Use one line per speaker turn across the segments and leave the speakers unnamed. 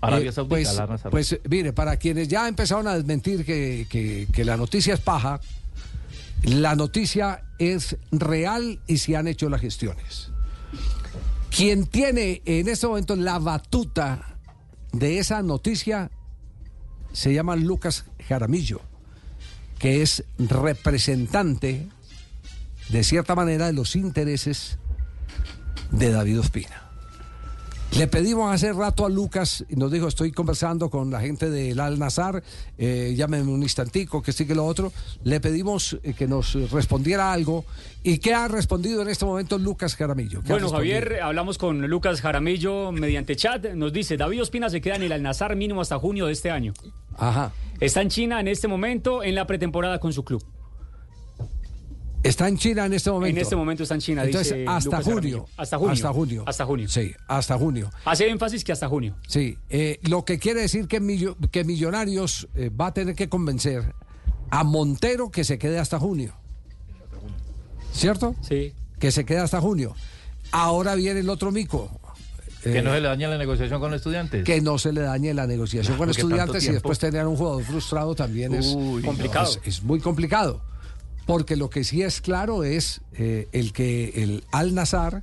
Arabia
Eh,
Saudita,
pues,
la NASA.
pues, mire, para quienes ya empezaron a desmentir que, que- que la noticia es paja, la noticia es real y se han hecho las gestiones. Quien tiene en este momento la batuta de esa noticia se llama Lucas Jaramillo, que es representante, de cierta manera, de los intereses de David Ospina. Le pedimos hace rato a Lucas y nos dijo, estoy conversando con la gente del Al Nazar, eh, llámenme un instantico, que sí que lo otro. Le pedimos eh, que nos respondiera algo. ¿Y qué ha respondido en este momento Lucas Jaramillo? ¿Qué ha
Bueno,
respondido?
Javier, hablamos con Lucas Jaramillo mediante chat. Nos dice, David Ospina se queda en el Al-Nazar mínimo hasta junio de este año.
Ajá.
Está en China en este momento en la pretemporada con su club.
Está en China en este momento.
En este momento está en China,
Entonces,
dice
hasta
Lucas
junio.
Jaramillo. Hasta junio.
Hasta junio.
Hasta junio.
Sí, hasta junio.
Hace énfasis que hasta junio.
Sí, eh, lo que quiere decir que, millo- que Millonarios eh, va a tener que convencer a Montero que se quede hasta junio. ¿Cierto?
Sí.
Que se quede hasta junio. Ahora viene el otro mico. eh,
Que no se le daña la negociación con los estudiantes.
que no se le dañe la negociación con
Ah, porque tanto
estudiantes y
tiempo.
después tener un jugador frustrado también es
Uy,
Complicado.
Es, es muy complicado. Porque lo que sí es claro es eh, el que el Al Nazar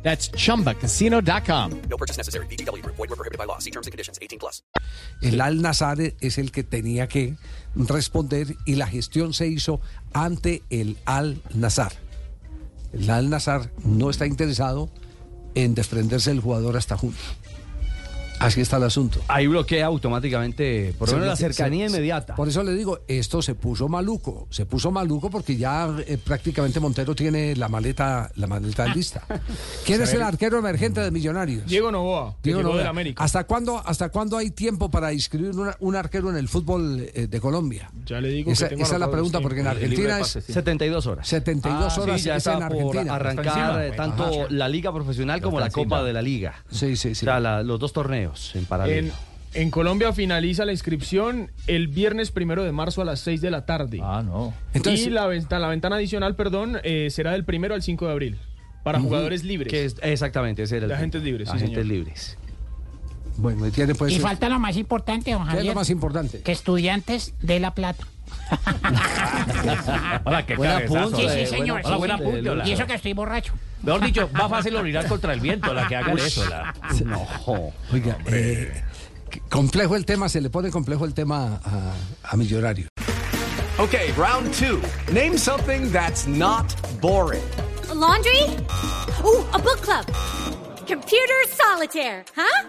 That's chumbacasino.com.
No purchase necessary. VGW Group. Void were prohibited by law. See terms and conditions. 18 plus.
El Al Nazar es el que tenía que responder y la gestión se hizo ante el Al Nazar. El Al Nazar no está interesado en desprenderse del jugador hasta junio. Así está el asunto.
Ahí bloquea automáticamente, por lo menos la
Se-
cercanía
se-
inmediata.
Por eso le digo, esto se puso maluco, se puso maluco porque ya eh, prácticamente Montero tiene la maleta, la maleta lista. ¿Quién es el arquero emergente de Millonarios?
Diego Novoa, que
Diego
llegó
Novoa. Ah,
del América.
¿Hasta cuándo, ¿Hasta cuándo hay tiempo para inscribir una- un arquero en el fútbol eh, de Colombia?
Ya le digo que
Esa,
tengo
esa es la
anotado,
pregunta,
sí.
porque en
El libro de
Argentina es
pases, sí.
72 horas.
72
Ah, sí,
horas
ya
es en
está por
Argentina.
arrancar eh,
encima.
tanto la Liga Profesional como
está
la Copa
encima.
de la Liga.
Sí, sí,
O
sí.
sea, la- los dos torneos en
En,
paralelo.
en Colombia finaliza la inscripción el viernes primero de marzo a las 6 de la tarde.
Ah, no.
y la ventana, la ventana adicional, perdón, eh, será del primero al 5 de abril. Para jugadores libres.
Que es- exactamente, ese era el
De agentes
tema.
libres, sí,
Agentes
señor.
libres.
bueno, y tiene pues.
Y falta lo más importante, don
¿Qué es lo
Javier,
más importante?
que estudiantes de La Plata.
Hola, qué
Sí, sí, señor. sí, sí. Y eso que estoy borracho.
Mejor dicho, va fácil orinar contra el viento la que haga eso. No.
Oiga, eh, que- complejo el tema, se le pone complejo el tema a, a Millonario.
Okay, round two. Name something that's not boring.
laundry? Ooh, a book club. Computer solitaire, huh?